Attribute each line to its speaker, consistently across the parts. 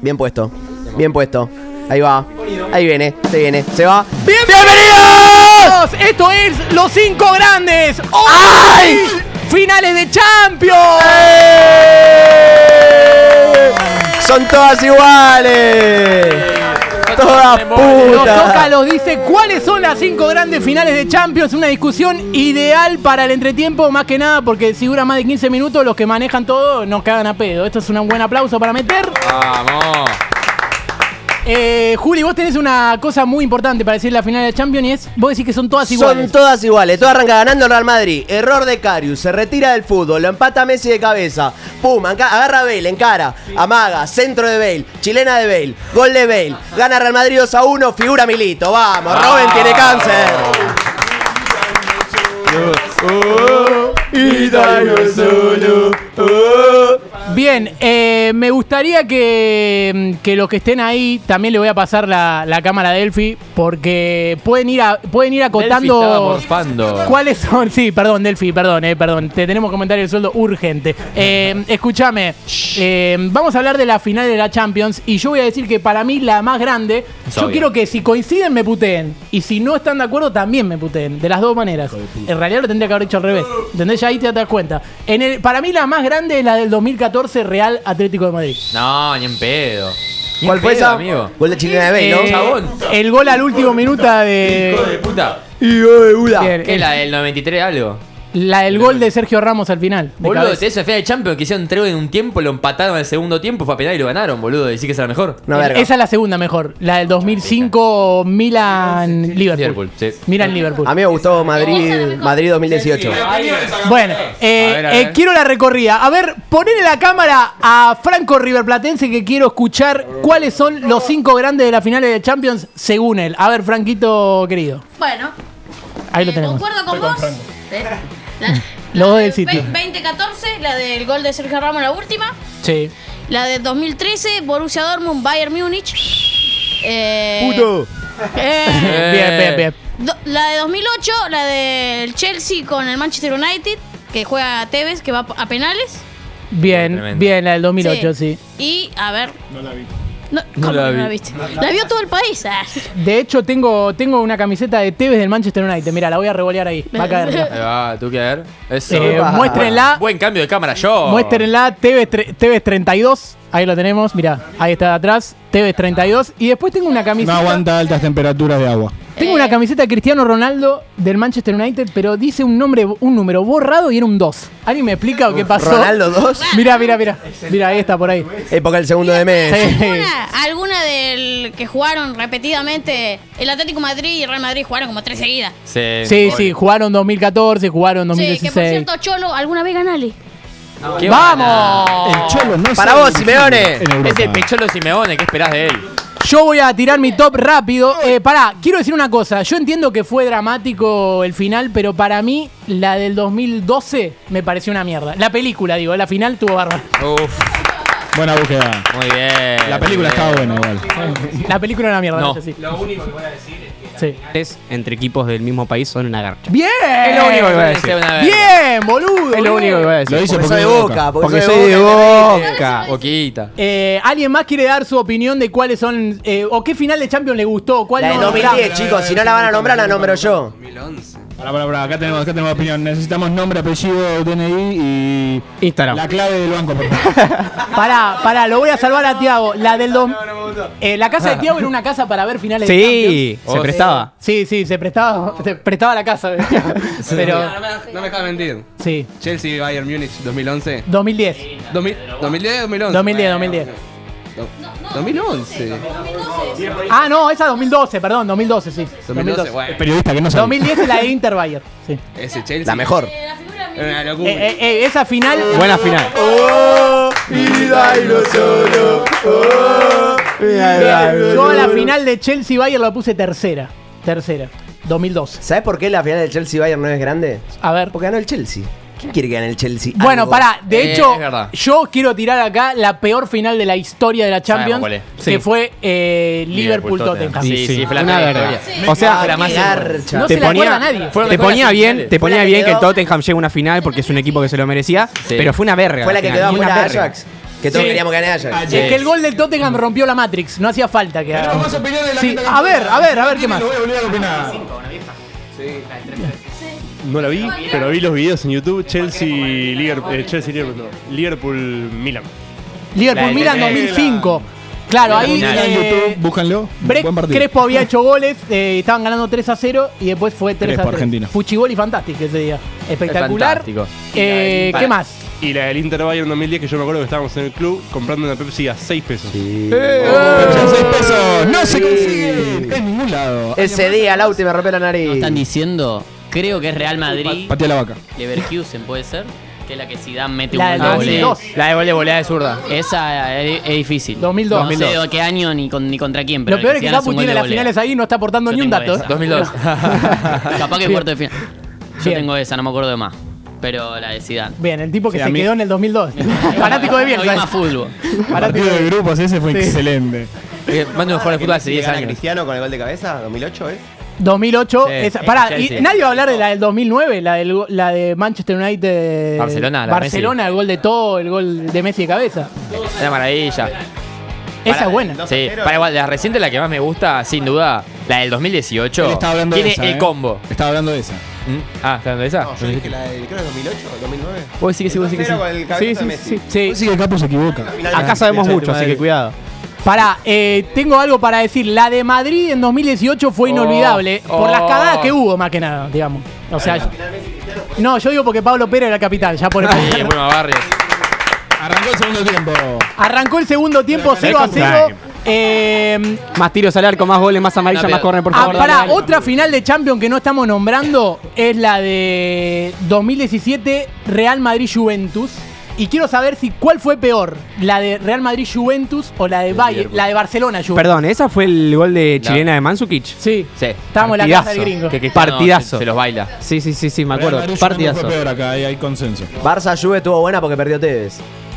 Speaker 1: Bien puesto. Bien puesto. Ahí va. Ahí viene. Se viene. Se va. ¡Bien- ¡Bienvenidos!
Speaker 2: Esto es Los Cinco Grandes. Hoy,
Speaker 1: ¡Ay!
Speaker 2: Finales de Champions.
Speaker 1: Son todas iguales. Todas
Speaker 2: Nos toca,
Speaker 1: putas.
Speaker 2: los dice cuáles son las cinco grandes finales de Champions. Una discusión ideal para el entretiempo, más que nada, porque si dura más de 15 minutos, los que manejan todo nos cagan a pedo. Esto es un buen aplauso para meter.
Speaker 3: Vamos.
Speaker 2: Eh, Juli, vos tenés una cosa muy importante para decir la final de Champions y es: vos decís que son todas
Speaker 1: Son
Speaker 2: iguales.
Speaker 1: todas iguales. Todo arranca ganando el Real Madrid. Error de Carius. Se retira del fútbol. Lo empata Messi de cabeza. Pum. enca- Agarra a Bale. Encara. Amaga. Centro de Bale. Chilena de Bale. Gol de Bale. Gana Real Madrid 2 a 1. Figura Milito. Vamos. Robin tiene cáncer.
Speaker 2: Bien, eh, me gustaría que, que los que estén ahí también le voy a pasar la, la cámara a Delphi porque pueden ir a, pueden ir acotando.
Speaker 3: estaba morfando.
Speaker 2: ¿Cuáles son? Sí, perdón, Delphi, perdón, eh, perdón. Te tenemos que aumentar el sueldo urgente. Eh, escúchame, eh, vamos a hablar de la final de la Champions y yo voy a decir que para mí la más grande.
Speaker 3: Es
Speaker 2: yo
Speaker 3: obvio.
Speaker 2: quiero que si coinciden me puteen y si no están de acuerdo también me puteen, de las dos maneras. En realidad lo tendría que haber hecho al revés. ¿Entendés? Ya ahí te das cuenta. En el, para mí la más grande es la del 2014 Real Atlético de Madrid.
Speaker 3: No, ni en pedo. Ni
Speaker 1: ¿Cuál
Speaker 3: en
Speaker 1: fue
Speaker 3: pedo,
Speaker 1: esa?
Speaker 3: amigo?
Speaker 1: Gol de Chilena de Bale, ¿no?
Speaker 2: Eh,
Speaker 3: Chabón.
Speaker 2: el gol al último minuto de...
Speaker 3: Hijo de puta.
Speaker 1: Hijo de Buda.
Speaker 2: Bien,
Speaker 3: ¿Qué
Speaker 2: el-
Speaker 3: la del 93 algo?
Speaker 2: La del gol de Sergio Ramos al final. de
Speaker 3: Boludo,
Speaker 2: cabeza.
Speaker 3: te esa final de Champions que hicieron tres en un tiempo, lo empataron al segundo tiempo, fue a penal y lo ganaron, boludo. Decís que esa es la mejor.
Speaker 1: Una verga.
Speaker 2: Eh, Esa es la segunda mejor. La del 2005 Milan Liverpool.
Speaker 3: Liverpool, sí.
Speaker 2: Milan Liverpool.
Speaker 1: A mí me gustó Madrid, Madrid 2018.
Speaker 2: Bueno, eh,
Speaker 3: A ver, a
Speaker 2: eh,
Speaker 3: ver.
Speaker 2: quiero la recorrida. A ver, ponele la cámara a Franco Riverplatense que quiero escuchar cuáles son los cinco grandes de las finales de Champions según él. A ver, Franquito querido.
Speaker 4: Bueno,
Speaker 2: Ahí lo
Speaker 4: eh,
Speaker 2: tenemos.
Speaker 4: concuerdo con vos. Eh, la-
Speaker 2: Los dos
Speaker 4: la
Speaker 2: del
Speaker 4: de
Speaker 2: sitio.
Speaker 4: 2014, la del gol de Sergio Ramos, la última.
Speaker 2: Sí.
Speaker 4: La de 2013, Borussia Dortmund, Bayern Múnich. Eh, eh,
Speaker 3: Eh.
Speaker 2: Bien, bien, bien.
Speaker 4: do- la de 2008, la del Chelsea con el Manchester United, que juega a Tevez, que va a penales.
Speaker 2: Bien,
Speaker 3: Tremendo.
Speaker 2: bien, la del 2008, sí.
Speaker 4: Y, a ver... No la vi. No, ¿cómo
Speaker 3: la
Speaker 4: que no
Speaker 3: vi.
Speaker 4: la viste? La vio todo el país. ah.
Speaker 2: De hecho, tengo, tengo una camiseta de Tevez del Manchester United. Mira, la voy a revolear ahí. Va a caer.
Speaker 3: Ahí va, tú que a ver. Eso.
Speaker 2: Eh,
Speaker 3: Epa.
Speaker 2: muéstrenla.
Speaker 3: Buen cambio de cámara, yo.
Speaker 2: Muéstrenla, TV, tre- TV 32. Ahí lo tenemos, mirá, ahí está de atrás, TV 32. Y después tengo una
Speaker 5: No
Speaker 2: camiseta.
Speaker 5: aguanta altas temperaturas de agua.
Speaker 2: Tengo
Speaker 4: Eh.
Speaker 2: una camiseta de Cristiano Ronaldo del Manchester United, pero dice un nombre, un número borrado y era un 2. ¿Alguien me explica qué pasó?
Speaker 1: Ronaldo 2.
Speaker 2: Mirá, mirá, mirá. Mirá, ahí está por ahí.
Speaker 1: Época del segundo de mes.
Speaker 2: Sí.
Speaker 4: alguna, alguna del que jugaron repetidamente el Atlético de Madrid y Real Madrid jugaron como tres seguidas.
Speaker 3: Sí,
Speaker 2: Sí, sí, jugaron 2014, jugaron
Speaker 4: Sí, que por
Speaker 2: 2016.
Speaker 4: cierto, Cholo, alguna vez ganale.
Speaker 3: Qué
Speaker 2: ¡Vamos!
Speaker 5: El Cholo no
Speaker 1: Para
Speaker 5: sabe
Speaker 1: vos,
Speaker 5: dirigir
Speaker 1: Simeone.
Speaker 5: en Europa.
Speaker 3: Es el Picholo Simeone, ¿qué esperás de él?
Speaker 2: Yo voy a tirar mi top rápido. Eh, pará, quiero decir una cosa. Yo entiendo que fue dramático el final, pero para mí la del 2012 me pareció una mierda. La película, digo, la final tuvo bárbaro.
Speaker 3: Uf,
Speaker 5: Buena búsqueda.
Speaker 3: muy bien.
Speaker 5: La película
Speaker 3: muy
Speaker 5: estaba
Speaker 3: bien.
Speaker 5: buena igual.
Speaker 2: La película era una mierda,
Speaker 3: No.
Speaker 2: no sé si.
Speaker 6: Lo único que voy a decir es que
Speaker 2: Sí.
Speaker 6: finales entre equipos del mismo país son una garcha.
Speaker 2: ¡Bien!
Speaker 6: Es lo único que voy a decir.
Speaker 3: Sea una verga.
Speaker 2: ¡Bien, boludo!
Speaker 6: Es lo único que voy a decir.
Speaker 5: Lo hice
Speaker 1: Porque
Speaker 5: porque,
Speaker 1: soy de boca. Porque soy de boca.
Speaker 3: Boquita.
Speaker 2: Eh, ¿Alguien más quiere dar su opinión de cuáles son eh, o qué final de Champions le gustó? ¿Cuál
Speaker 1: La del
Speaker 2: no?
Speaker 1: 2010, chicos. Si no la van a nombrar, la nombro yo.
Speaker 5: Pará, pará, pará. Acá tenemos, acá tenemos opinión. Necesitamos nombre, apellido, DNI y.
Speaker 6: Instagram.
Speaker 5: La clave del banco, por favor.
Speaker 2: Pará, pará, lo voy a salvar a Tiago. La del dos- Eh, la casa de Tiago era una casa para ver finales de Champions.
Speaker 6: Ah. Sí, se
Speaker 3: Oh,
Speaker 6: prestaba.
Speaker 2: Sí, sí, se prestaba, se prestaba la casa. Pero
Speaker 7: No me dejas mentir.
Speaker 2: sí,
Speaker 7: Chelsea Bayern Múnich 2011.
Speaker 2: 2010.
Speaker 7: 2000, 2010 2011.
Speaker 2: 2010, 2010.
Speaker 7: Do- 2011.
Speaker 2: Ah, no, esa 2012, perdón, 2012, sí.
Speaker 7: 2012. Bueno,
Speaker 5: El periodista que no sabe.
Speaker 2: 2010 es la de Inter Bayern. Sí.
Speaker 7: ese Chelsea.
Speaker 1: La
Speaker 4: Eh,
Speaker 1: mejor.
Speaker 7: Era una locura.
Speaker 2: Eh, eh, eh, esa final.
Speaker 6: Buena final.
Speaker 1: Oh.
Speaker 2: Bien, eh, Yo a la final de Chelsea Bayern la puse tercera. Tercera. 2012.
Speaker 1: ¿Sabes por qué la final del Chelsea-Bayern no es grande?
Speaker 2: A ver.
Speaker 1: Porque ganó el Chelsea. ¿Quién quiere que gane el Chelsea?
Speaker 2: Bueno,
Speaker 1: Algo.
Speaker 2: pará, de
Speaker 3: Eh,
Speaker 2: hecho,
Speaker 3: es verdad.
Speaker 2: yo quiero tirar acá la peor final de la historia de la Champions,
Speaker 3: Sabemos cuál es.
Speaker 2: que
Speaker 6: Sí.
Speaker 2: fue eh, Liverpool-Tottenham.
Speaker 3: Sí, sí,
Speaker 6: Sí,
Speaker 3: fue la
Speaker 6: una
Speaker 3: peor
Speaker 6: verga.
Speaker 3: historia.
Speaker 6: O sea,
Speaker 1: Ah,
Speaker 3: Era más
Speaker 1: qué
Speaker 3: seguro.
Speaker 1: garcha.
Speaker 2: No
Speaker 6: Te
Speaker 2: se la
Speaker 6: ponía-
Speaker 2: acuerda nadie.
Speaker 3: Fueron mejores
Speaker 6: Te ponía bien,
Speaker 3: finales.
Speaker 6: te ponía
Speaker 1: Fue la que
Speaker 6: bien que el
Speaker 1: quedó-
Speaker 6: Tottenham llegue a una final porque es un equipo que se lo merecía, pero fue una verga.
Speaker 1: Fue la que
Speaker 6: final,
Speaker 1: quedó
Speaker 6: una
Speaker 1: afuera de
Speaker 6: verga.
Speaker 1: Ajax. Que todos
Speaker 2: Sí.
Speaker 1: queríamos ganar ayer.
Speaker 5: Ayer.
Speaker 2: Es que el gol del Tottenham rompió la Matrix, no hacía falta que haga.
Speaker 5: Vamos a opinar de la
Speaker 2: Sí,
Speaker 5: quinta
Speaker 2: a ver,
Speaker 5: campeona.
Speaker 2: a ver, a ver, ¿qué más?
Speaker 5: No voy a volver a opinar.
Speaker 8: No la vi, pero vi los videos en YouTube. Chelsea, Liverpool, eh, Chelsea, Liverpool, no. Liverpool, Milan.
Speaker 2: Liverpool
Speaker 3: La-
Speaker 2: Milan
Speaker 3: la-
Speaker 2: 2005. Claro, ahí
Speaker 3: final.
Speaker 5: En
Speaker 2: eh,
Speaker 5: YouTube, búscanlo.
Speaker 2: Breck
Speaker 5: Buen partido.
Speaker 2: Crespo había hecho goles, eh, estaban ganando 3 a 0 y después fue 3
Speaker 5: Crespo,
Speaker 2: a 3.
Speaker 5: Argentina.
Speaker 2: Fuchibol y fantástico ese día. Espectacular.
Speaker 3: fantástico.
Speaker 2: Eh,
Speaker 3: Y la-
Speaker 2: ¿Qué
Speaker 3: para-
Speaker 2: más?
Speaker 8: Y la del Inter Bayern 2010, que yo me acuerdo que estábamos en el club comprando una Pepsi a 6 pesos.
Speaker 3: Oh. Ah,
Speaker 2: Eh,
Speaker 5: Ocho, seis pesos. No se consigue en ningún lado.
Speaker 1: Ese día, Lauti me rompió la nariz.
Speaker 9: Están diciendo, creo que es Real Madrid,
Speaker 5: Patea la vaca.
Speaker 9: Leverkusen puede ser, que es la que Zidane mete
Speaker 2: La
Speaker 9: un
Speaker 2: del
Speaker 9: doble.
Speaker 2: 2002.
Speaker 6: La de volea de zurda.
Speaker 9: Esa es, es difícil.
Speaker 2: 2002.
Speaker 9: No sé de qué año ni, con- ni contra quién, pero
Speaker 2: Lo peor es que
Speaker 9: Zidane hace
Speaker 2: Capu
Speaker 9: un gol
Speaker 2: tiene
Speaker 9: de
Speaker 2: las
Speaker 9: volea.
Speaker 2: finales ahí y no está aportando
Speaker 9: Yo
Speaker 2: ni un
Speaker 9: tengo
Speaker 2: dato.
Speaker 9: esa.
Speaker 3: 2002.
Speaker 9: Capaz que
Speaker 2: Bien.
Speaker 9: cuarto de final. Yo
Speaker 2: Bien.
Speaker 9: tengo esa, no me acuerdo de más. Pero la de Zidane.
Speaker 2: Bien, el tipo que
Speaker 5: Sí, a
Speaker 2: se
Speaker 5: mí-
Speaker 2: quedó en el 2002. Fanático de
Speaker 9: No vi
Speaker 2: Bielsa.
Speaker 9: más fútbol.
Speaker 5: El partido de grupos ese fue excelente.
Speaker 3: Eh, Mando mejor de fútbol hace 10 años.
Speaker 7: Cristiano con el gol de cabeza? ¿2008 es?
Speaker 2: 2008.
Speaker 3: Sí,
Speaker 2: esa-
Speaker 3: eh,
Speaker 2: pará, y
Speaker 3: Chelsea.
Speaker 2: nadie va a hablar de la del 2009, la, del, go- la de Manchester United.
Speaker 3: Barcelona, la de
Speaker 2: Barcelona, el gol de todo, el gol de Messi de cabeza.
Speaker 3: Una maravilla.
Speaker 2: Esa
Speaker 3: Para-
Speaker 2: es buena.
Speaker 3: Sí, para igual, la reciente la que más me gusta, sin duda, la del 2018.
Speaker 5: Él estaba hablando
Speaker 3: tiene
Speaker 5: de esa.
Speaker 3: el
Speaker 5: eh.
Speaker 3: combo.
Speaker 5: Estaba hablando de esa.
Speaker 3: ¿Mm? Ah, ¿está hablando de esa?
Speaker 7: yo dije la del, creo que es 2008 2009.
Speaker 3: Vos decís que sí, vos decís que sí.
Speaker 7: con el cabezazo de Messi.
Speaker 2: Sí.
Speaker 5: Sí que el capo se equivoca.
Speaker 6: Acá sabemos mucho, así que cuidado.
Speaker 2: Pará, eh, tengo algo para decir. La de Madrid en 2018 fue inolvidable.
Speaker 3: Oh,
Speaker 2: por las
Speaker 3: oh.
Speaker 2: cagadas que hubo, más que nada, digamos. O sea, yo- no, yo digo porque Pablo Pérez era el capitán, ya por
Speaker 3: Sí, Bruno Barrios.
Speaker 5: Arrancó el segundo tiempo.
Speaker 2: Arrancó el segundo tiempo 0 a 0. Eh,
Speaker 6: Más tiros al arco, más goles, más amarilla,
Speaker 9: No, pero-
Speaker 6: más corren, por
Speaker 2: ah,
Speaker 6: favor.
Speaker 2: pará,
Speaker 6: dale, dale.
Speaker 2: otra final de Champions que no estamos nombrando es la de 2017 Real Madrid-Juventus. Y quiero saber si cuál fue peor, la de Real Madrid-Juventus o la de, Valle, la de Barcelona-Juventus.
Speaker 6: Perdón, ¿esa fue el gol de chilena de Mansukic?
Speaker 2: Sí,
Speaker 3: Sí.
Speaker 2: estábamos en la casa del
Speaker 6: Partidazo.
Speaker 2: gringo.
Speaker 3: Que Cristiano
Speaker 6: Partidazo.
Speaker 3: Se, se los baila.
Speaker 6: Sí, sí, sí, sí, me
Speaker 5: Real
Speaker 6: acuerdo.
Speaker 5: Madrid no
Speaker 6: Partidazo.
Speaker 5: fue peor acá, ahí hay consenso.
Speaker 1: Barça Juve tuvo buena porque perdió Tevez.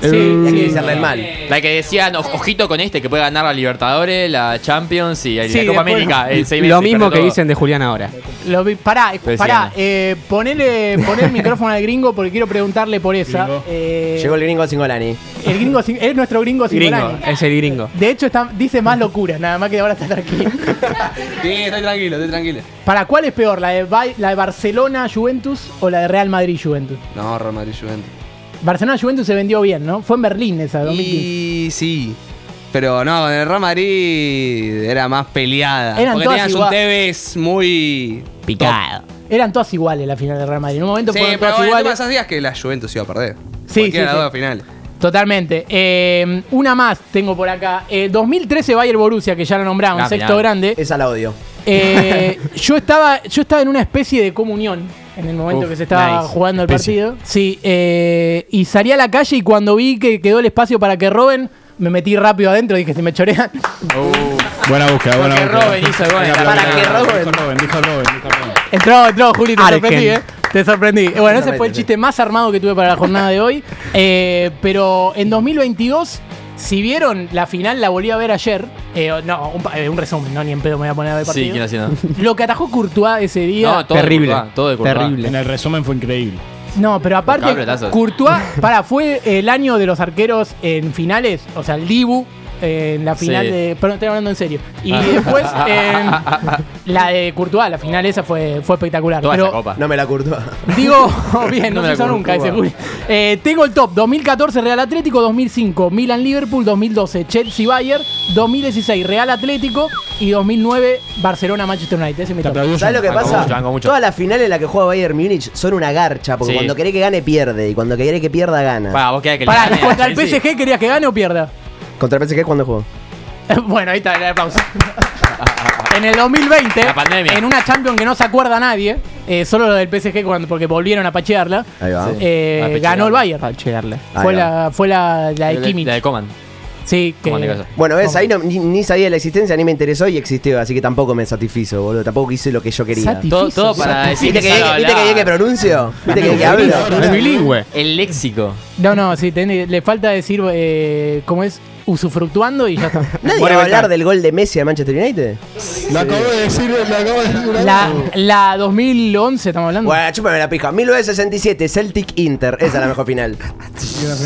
Speaker 2: Sí,
Speaker 3: Mm.
Speaker 1: Y hay que
Speaker 2: sí.
Speaker 1: hacerle el mal.
Speaker 3: La que decían, "Oj- ojito con este, que puede ganar la Libertadores, la Champions y la
Speaker 2: Sí,
Speaker 3: Copa
Speaker 2: después-
Speaker 3: América. en seis
Speaker 6: Lo
Speaker 3: meses,
Speaker 6: mismo
Speaker 3: perdió
Speaker 6: que
Speaker 3: todo".
Speaker 6: dicen de Julián ahora.
Speaker 2: Lo vi- pará, eh,
Speaker 3: Decían.
Speaker 2: pará, eh, ponele, poné el micrófono al gringo porque quiero preguntarle por esa.
Speaker 5: Gringo.
Speaker 2: Eh,
Speaker 1: Llegó el gringo Singolani.
Speaker 2: el gringo sin- es nuestro gringo sin
Speaker 6: Gringo, eh. es el gringo.
Speaker 2: De hecho, está- dice más locuras, nada más que ahora está tranquilo.
Speaker 7: Sí, estoy tranquilo, estoy tranquilo.
Speaker 2: ¿Para cuál es peor, la de, Bay- la de Barcelona Juventus o la de Real Madrid Juventus?
Speaker 7: No, Real Madrid Juventus.
Speaker 2: Barcelona Juventus se vendió bien, ¿no? Fue en Berlín esa, 2015.
Speaker 7: Y sí. Pero no, con el Real Madrid era más peleada.
Speaker 2: Eran
Speaker 7: porque
Speaker 2: todas
Speaker 7: tenías
Speaker 2: igual-
Speaker 7: un Tevez muy.
Speaker 9: Picado.
Speaker 2: Eran todas iguales la final de Real Madrid. En un momento
Speaker 7: Sí,
Speaker 2: fueron
Speaker 7: pero
Speaker 2: todas
Speaker 7: bueno,
Speaker 2: iguales.
Speaker 7: esos días que la Juventus iba a perder.
Speaker 2: Sí,
Speaker 7: Cualquiera de
Speaker 2: sí,
Speaker 7: las
Speaker 2: sí.
Speaker 7: dos finales.
Speaker 2: Totalmente. Eh, una más tengo por acá. Eh, El 2013 Bayern Borussia, que ya lo nombramos,
Speaker 3: Ah,
Speaker 2: sexto
Speaker 3: mirá.
Speaker 2: grande.
Speaker 1: Esa la odio.
Speaker 2: Eh, yo estaba yo estaba en una especie de comunión en el momento
Speaker 6: Uf,
Speaker 2: que se estaba
Speaker 6: nice.
Speaker 2: jugando el
Speaker 6: Especie.
Speaker 2: partido. Sí, eh, y salí a la calle y cuando vi que quedó el espacio para que roben, me metí rápido adentro. Dije, si me chorean.
Speaker 3: Uh,
Speaker 5: Buena búsqueda, buena
Speaker 3: Porque
Speaker 5: búsqueda.
Speaker 3: Robben hizo el gol.
Speaker 5: Venga,
Speaker 3: Para
Speaker 5: aplaudan,
Speaker 1: que
Speaker 5: aplaudan.
Speaker 1: Robben.
Speaker 5: Dijo Robben, dijo Robben, dijo Robben.
Speaker 2: Entró, entró, Juli, te
Speaker 6: Arken.
Speaker 2: sorprendí, ¿eh? Te sorprendí. Eh, Bueno, ese
Speaker 1: Totalmente,
Speaker 2: fue el
Speaker 1: sí.
Speaker 2: chiste más armado que tuve para la jornada de hoy. Eh, pero en 2022, si vieron la final, la volví a ver ayer. Eh, no, un, pa- eh, un resumen, no, ni en pedo me voy a poner a ver
Speaker 3: Sí,
Speaker 2: partido.
Speaker 3: ¿quién haciendo?
Speaker 2: Lo que atajó Courtois ese día.
Speaker 3: No, todo de
Speaker 6: Terrible.
Speaker 3: Courtois, todo de Courtois.
Speaker 6: Terrible.
Speaker 5: En el resumen fue increíble.
Speaker 2: No, pero aparte,
Speaker 3: Tocaba pelotazos.
Speaker 2: Courtois, para, fue el año de los arqueros en finales, o sea, el Dibu eh, en la final
Speaker 3: Sí.
Speaker 2: de. Pero no estoy hablando en serio. Y después, en la de Courtois, la final esa fue, fue espectacular.
Speaker 3: Toda
Speaker 2: pero
Speaker 3: esa copa.
Speaker 1: No me la curto.
Speaker 2: digo, oh, bien, no,
Speaker 3: No me
Speaker 2: se hizo
Speaker 3: la Courtois.
Speaker 2: nunca ese Juli. Eh, Tengo el top: 2014 Real Atlético, 2005 Milan Liverpool, 2012 Chelsea Bayern, 2016 Real Atlético y 2009 Barcelona Manchester United. Ese es mi
Speaker 5: Te
Speaker 2: top.
Speaker 5: aplaudió
Speaker 1: ¿Sabes lo que
Speaker 5: yo.
Speaker 3: Banco
Speaker 1: pasa?
Speaker 3: mucho, banco mucho.
Speaker 1: Todas las finales en las que juega Bayern Múnich son una garcha, porque
Speaker 3: Sí.
Speaker 1: cuando querés que gane, pierde. Y cuando querés que pierda, gana.
Speaker 3: Para, vos quedás que le
Speaker 2: Pará,
Speaker 3: gane a
Speaker 2: ¿contra el
Speaker 3: Chelsea.
Speaker 2: PSG querías que gane o pierda?
Speaker 1: ¿Contra el PSG cuándo jugó?
Speaker 2: Bueno, ahí está el aplauso. en el 2020,
Speaker 3: La pandemia.
Speaker 2: en una Champions que no se acuerda nadie, eh, solo los del PSG cuando, porque volvieron a pachearla,
Speaker 1: Ahí va.
Speaker 3: Sí.
Speaker 2: eh,
Speaker 3: A pachearla.
Speaker 2: ganó el Bayern.
Speaker 6: Para chegarle.
Speaker 2: Fue
Speaker 1: Ahí va.
Speaker 2: la, fue la, la de
Speaker 3: La-
Speaker 2: Kimmich.
Speaker 3: La de Coman.
Speaker 2: sí, que,
Speaker 3: Coman de casa.
Speaker 1: Bueno, ves,
Speaker 2: ¿Cómo?
Speaker 1: ahí no- ni, ni sabía de la existencia, ni me interesó y existió, así que tampoco me satisfizo, boludo. Tampoco hice lo que yo quería.
Speaker 2: Satis-
Speaker 3: Todo, todo para decir
Speaker 1: ¿Viste que,
Speaker 3: sabe
Speaker 1: bien- ¿Viste que
Speaker 3: hablar.
Speaker 1: bien que pronuncio? ¿Viste que bien que hablo?
Speaker 6: Es bilingüe.
Speaker 3: El léxico.
Speaker 6: Ah,
Speaker 2: No, no, sí, tenés- le falta decir, eh, ¿cómo es? usufructuando y ya está.
Speaker 10: ¿Nadie va
Speaker 6: Bueno,
Speaker 10: a hablar
Speaker 6: está.
Speaker 10: del gol de Messi a Manchester United?
Speaker 5: Lo acabo de decir, lo acabo de decir.
Speaker 2: La, la 2011 estamos hablando.
Speaker 10: Bueno, chúpame la pija. 1967, Celtic Inter. Esa es la mejor final.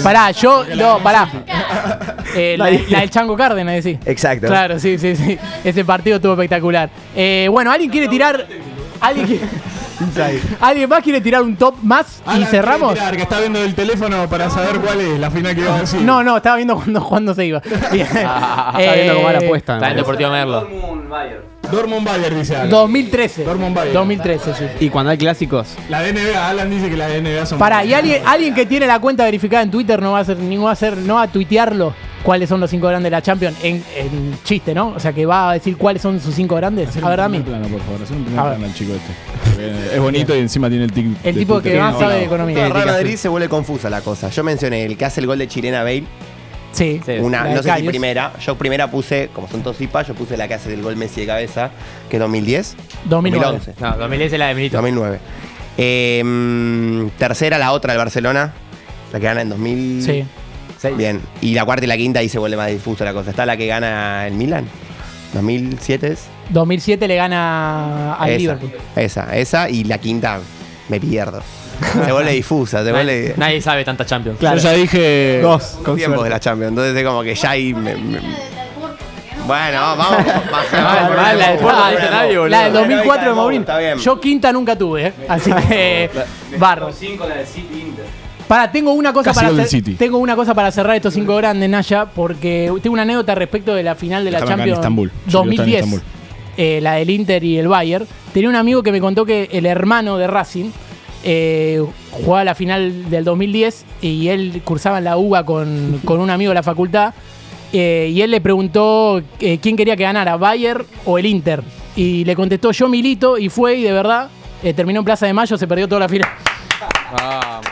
Speaker 2: Pará, yo. No, pará. Eh, la, la del Chango Cárdenas, sí.
Speaker 10: Exacto.
Speaker 2: Claro, sí, sí, sí. Ese partido estuvo espectacular. Eh, bueno, ¿alguien quiere tirar. ¿Alguien, quiere- ¿Alguien más quiere tirar un top más y
Speaker 5: Alan,
Speaker 2: cerramos?
Speaker 5: quiere mirar, Ah, que está viendo el teléfono para saber cuál es la final que iba a decir.
Speaker 2: No, no, estaba viendo cuándo, cuándo se iba. Bien. Eh,
Speaker 6: Está Ah, viendo cómo era la apuesta.
Speaker 3: Está en
Speaker 6: me parece.
Speaker 3: Deportivo Merlo.
Speaker 5: Dortmund Bayer dice Alan.
Speaker 2: 2013.
Speaker 5: Dortmund Bayern.
Speaker 2: 2013, sí.
Speaker 6: Y cuando hay clásicos,
Speaker 5: La de NBA, Alan dice que la de NBA son.
Speaker 2: Pará, y alguien, alguien que tiene la cuenta verificada en Twitter no va a hacer, ni va a hacer, no va a tuitearlo cuáles son los cinco grandes de la Champions en, en chiste, ¿no? O sea que va a decir cuáles son sus cinco grandes. Ah, A ver, dame.
Speaker 5: Plano, por favor, hacer un
Speaker 2: A
Speaker 5: primer
Speaker 2: ver.
Speaker 5: plano al chico este. Porque Es bonito y encima tiene el tic.
Speaker 2: El
Speaker 5: de
Speaker 2: tipo
Speaker 5: Twitter
Speaker 2: que más
Speaker 5: no,
Speaker 2: sabe de
Speaker 5: no.
Speaker 2: economía.
Speaker 1: Real
Speaker 2: diría,
Speaker 1: Madrid
Speaker 2: sí.
Speaker 1: se vuelve confusa la cosa. Yo mencioné el que hace el gol de Chilena Bale.
Speaker 2: Sí.
Speaker 3: Sí.
Speaker 1: Una,
Speaker 2: La de
Speaker 1: no sé si
Speaker 2: Calles.
Speaker 1: primera. Yo primera puse, como son todos hipas, yo puse la que hace el gol Messi de cabeza, que es 2010.
Speaker 2: 2009.
Speaker 1: 2011.
Speaker 3: No, 2010 es la de Milito.
Speaker 1: 2009. Eh, mm, tercera, la otra del Barcelona. La que gana en 2000.
Speaker 2: Sí.
Speaker 1: Bien. Y la cuarta y la quinta ahí se vuelve más difuso la cosa. Está la que gana el Milan. 2007 es.
Speaker 2: 2007 le gana al
Speaker 1: esa,
Speaker 2: Liverpool.
Speaker 1: esa, esa. Y la quinta, me pierdo. Se vuelve difusa, se vuelve.
Speaker 3: Nadie, nadie sabe tanta Champions.
Speaker 5: Yo ya dije.
Speaker 6: dos. con
Speaker 1: tiempos de
Speaker 6: suerte.
Speaker 1: la Champions. Entonces es como que ya ahí. me- me- Bueno, vamos. vamos,
Speaker 3: Ah,
Speaker 1: vamos,
Speaker 3: la del
Speaker 1: vamos,
Speaker 3: Porto no
Speaker 1: vamos,
Speaker 3: dice nadie,
Speaker 1: vamos.
Speaker 3: boludo.
Speaker 2: La del
Speaker 1: Bueno,
Speaker 2: 2004 de
Speaker 1: vamos,
Speaker 2: Mourinho.
Speaker 1: Está bien.
Speaker 2: Yo quinta nunca tuve, ¿eh? Así que. Barro. Para, tengo una cosa
Speaker 5: Casi
Speaker 2: para
Speaker 5: gol del
Speaker 2: cer-
Speaker 5: City.
Speaker 2: tengo una cosa para cerrar estos cinco grandes, Naya, porque tengo una anécdota respecto de la final de la
Speaker 5: Estaba acá en
Speaker 2: Champions
Speaker 5: Estambul. Yo estaba en
Speaker 2: 2010.
Speaker 5: Estambul.
Speaker 2: eh, la del Inter y el Bayern. Tenía un amigo que me contó que el hermano de Racing eh, jugaba la final del 2010 y él cursaba en la UBA con, con un amigo de la facultad. eh, y él le preguntó eh, quién quería que ganara, Bayern o el Inter. Y le contestó yo Milito y fue y de verdad eh, terminó en Plaza de Mayo, se perdió toda la final.